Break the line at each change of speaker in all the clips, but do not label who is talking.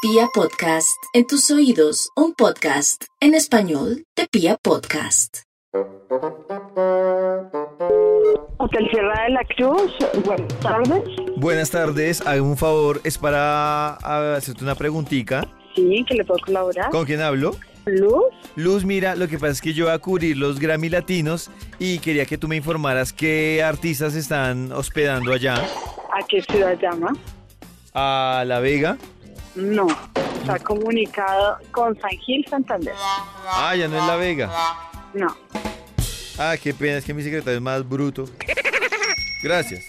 Pia Podcast, en tus oídos, un podcast en español de Pia Podcast.
Hotel Sierra de la Cruz, buenas tardes.
Buenas tardes, hago un favor, es para ah, hacerte una preguntita.
Sí, que le puedo colaborar.
¿Con quién hablo?
Luz,
Luz, mira, lo que pasa es que yo voy a cubrir los Grammy Latinos y quería que tú me informaras qué artistas están hospedando allá.
¿a qué ciudad llama?
A La Vega.
No, está comunicado con San Gil, Santander.
Ah, ya no es La Vega.
No.
Ah, qué pena, es que mi secretario es más bruto. Gracias.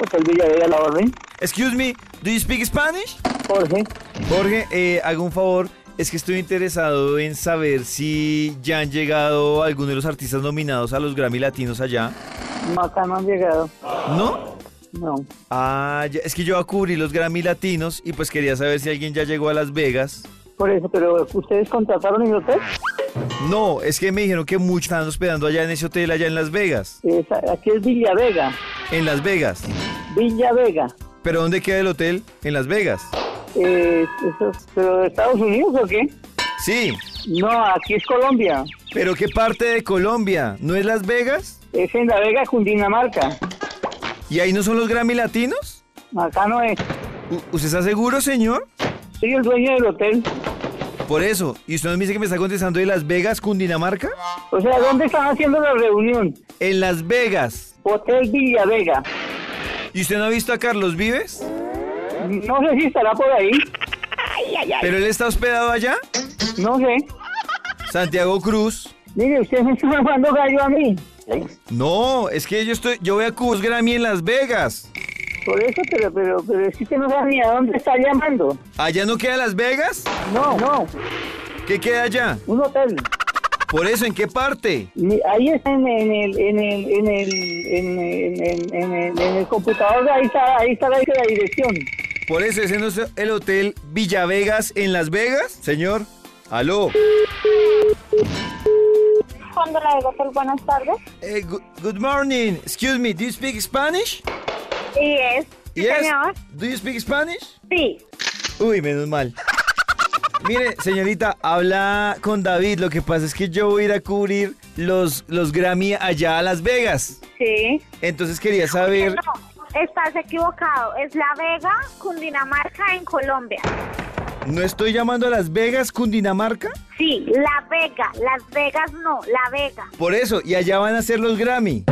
Hotel Villavella La Orden,
Excuse me, do you speak Spanish?
Jorge.
Jorge, eh, hago un favor. Es que estoy interesado en saber si ya han llegado algunos de los artistas nominados a los Grammy Latinos allá.
No, acá no han llegado.
¿No?
No.
Ah, ya- es que yo voy a cubrir los Grammy Latinos y pues quería saber si alguien ya llegó a Las Vegas.
Por eso, pero ¿ustedes contrataron el hotel?
No, es que me dijeron que muchos están hospedando allá en ese hotel allá en Las Vegas.
Es- aquí es Villavega.
En Las Vegas.
Villavega.
¿Pero dónde queda el hotel? En Las Vegas.
Eh, eso es- ¿Pero de Estados Unidos o qué?
Sí.
No, aquí es Colombia.
¿Pero qué parte de Colombia? ¿No es Las Vegas?
Es en La Vega, Cundinamarca.
¿Y ahí no son los Grammy Latinos?
Acá no es.
U- ¿Usted está seguro, señor?
Soy el dueño del hotel.
Por eso. ¿Y usted me dice que me está contestando de Las Vegas, Cundinamarca?
O sea, ¿dónde están haciendo la reunión?
En Las Vegas.
Hotel Villavega.
¿Y usted no ha visto a Carlos Vives?
No sé si estará por ahí.
¿Pero él está hospedado allá?
No sé.
Santiago Cruz.
Mire, usted me está mandando gallo a mí.
No, es que yo estoy, yo voy a Cubos Grammy en Las Vegas.
Por eso, pero, pero, pero es que usted no sabe ni a dónde está llamando.
¿Allá no queda Las Vegas?
No, no.
¿Qué queda allá?
Un hotel.
Por eso, ¿en qué parte?
Ni- Ahí está en, en el, en el, en el, en el, en el, en el- en el computador. Ahí está, ahí está la, la dirección.
Por eso, ese no es el hotel Villavegas en Las Vegas. Señor, aló.
Cuando la digo por buenas tardes.
Eh, gu- good morning. Excuse me, do you speak Spanish?
Y es, sí, señor.
Do you speak Spanish?
Sí.
Uy, menos mal. Mire, señorita, habla con David. Lo que pasa es que yo voy a ir a cubrir los, los Grammy allá a Las Vegas.
Sí.
Entonces quería saber.
No, estás equivocado. Es La Vega, Cundinamarca, en Colombia.
¿No estoy llamando a Las Vegas, Cundinamarca?
Sí, La Vega. Las Vegas no, La Vega.
Por eso, y allá van a hacer los Grammy.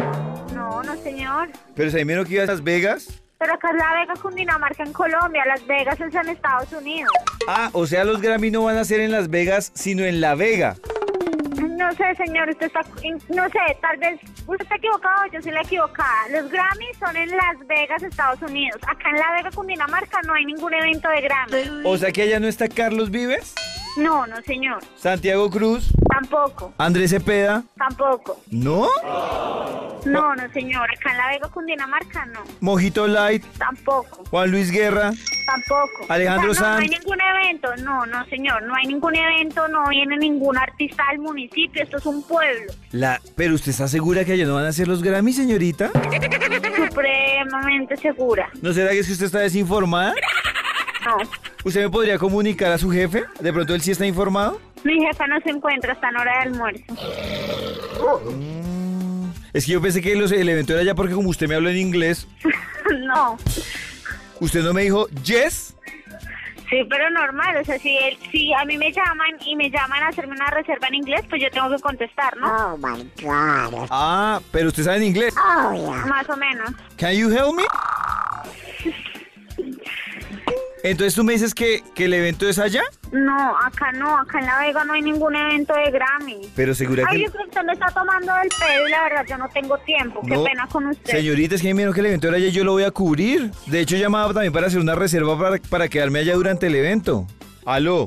No, no, señor.
Pero si primero que iba a Las Vegas.
Pero acá es La Vega, Cundinamarca, en Colombia. Las Vegas es en Estados Unidos.
Ah, o sea, los Grammy no van a ser en Las Vegas, sino en La Vega.
No sé, señor, usted está... No sé, tal vez usted está equivocado, yo soy la equivocada. Los Grammys son en Las Vegas, Estados Unidos. Acá en La Vega, Cundinamarca, no hay ningún evento de Grammy.
O sea que allá no está Carlos Vives,
No, no, señor.
Santiago Cruz,
Tampoco,
Andrés Cepeda.
tampoco.
¿No?
No, no, señor. Acá en La Vega, Cundinamarca, no.
Mojito Light,
Tampoco,
Juan Luis Guerra.
tampoco.
Alejandro
O sea, no, no hay
Sanz.
ningún evento. No, no, señor. No hay ningún evento, no viene ningún artista al municipio. Esto es un pueblo.
La... ¿Pero usted está segura que allá no van a hacer los Grammy, señorita?
Supremamente segura.
¿No será que es que usted está desinformada?
No.
¿Usted me podría comunicar a su jefe? ¿De pronto él sí está informado?
Mi jefa no se encuentra hasta en hora de almuerzo.
Mm. Es que yo pensé que los- el evento era allá porque como usted me habló en inglés,
no.
usted no me dijo yes.
Sí, pero normal. O sea, si, él, si a mí me llaman y me llaman a hacerme una reserva en inglés, pues yo tengo que contestar, ¿no?
Ah, pero usted sabe en inglés.
Más o menos.
Can you help me? Entonces tú me dices que, que el evento es allá.
No, acá no, acá en La Vega no hay ningún evento de Grammy.
Pero segura
Ay,
que...
yo creo que usted me está tomando el pelo y la verdad yo no tengo tiempo.
No,
Qué pena con usted.
Señorita, es que me dijeron que el evento era allá y yo lo voy a cubrir. De hecho, llamaba también para hacer una reserva para, para quedarme allá durante el evento. Aló.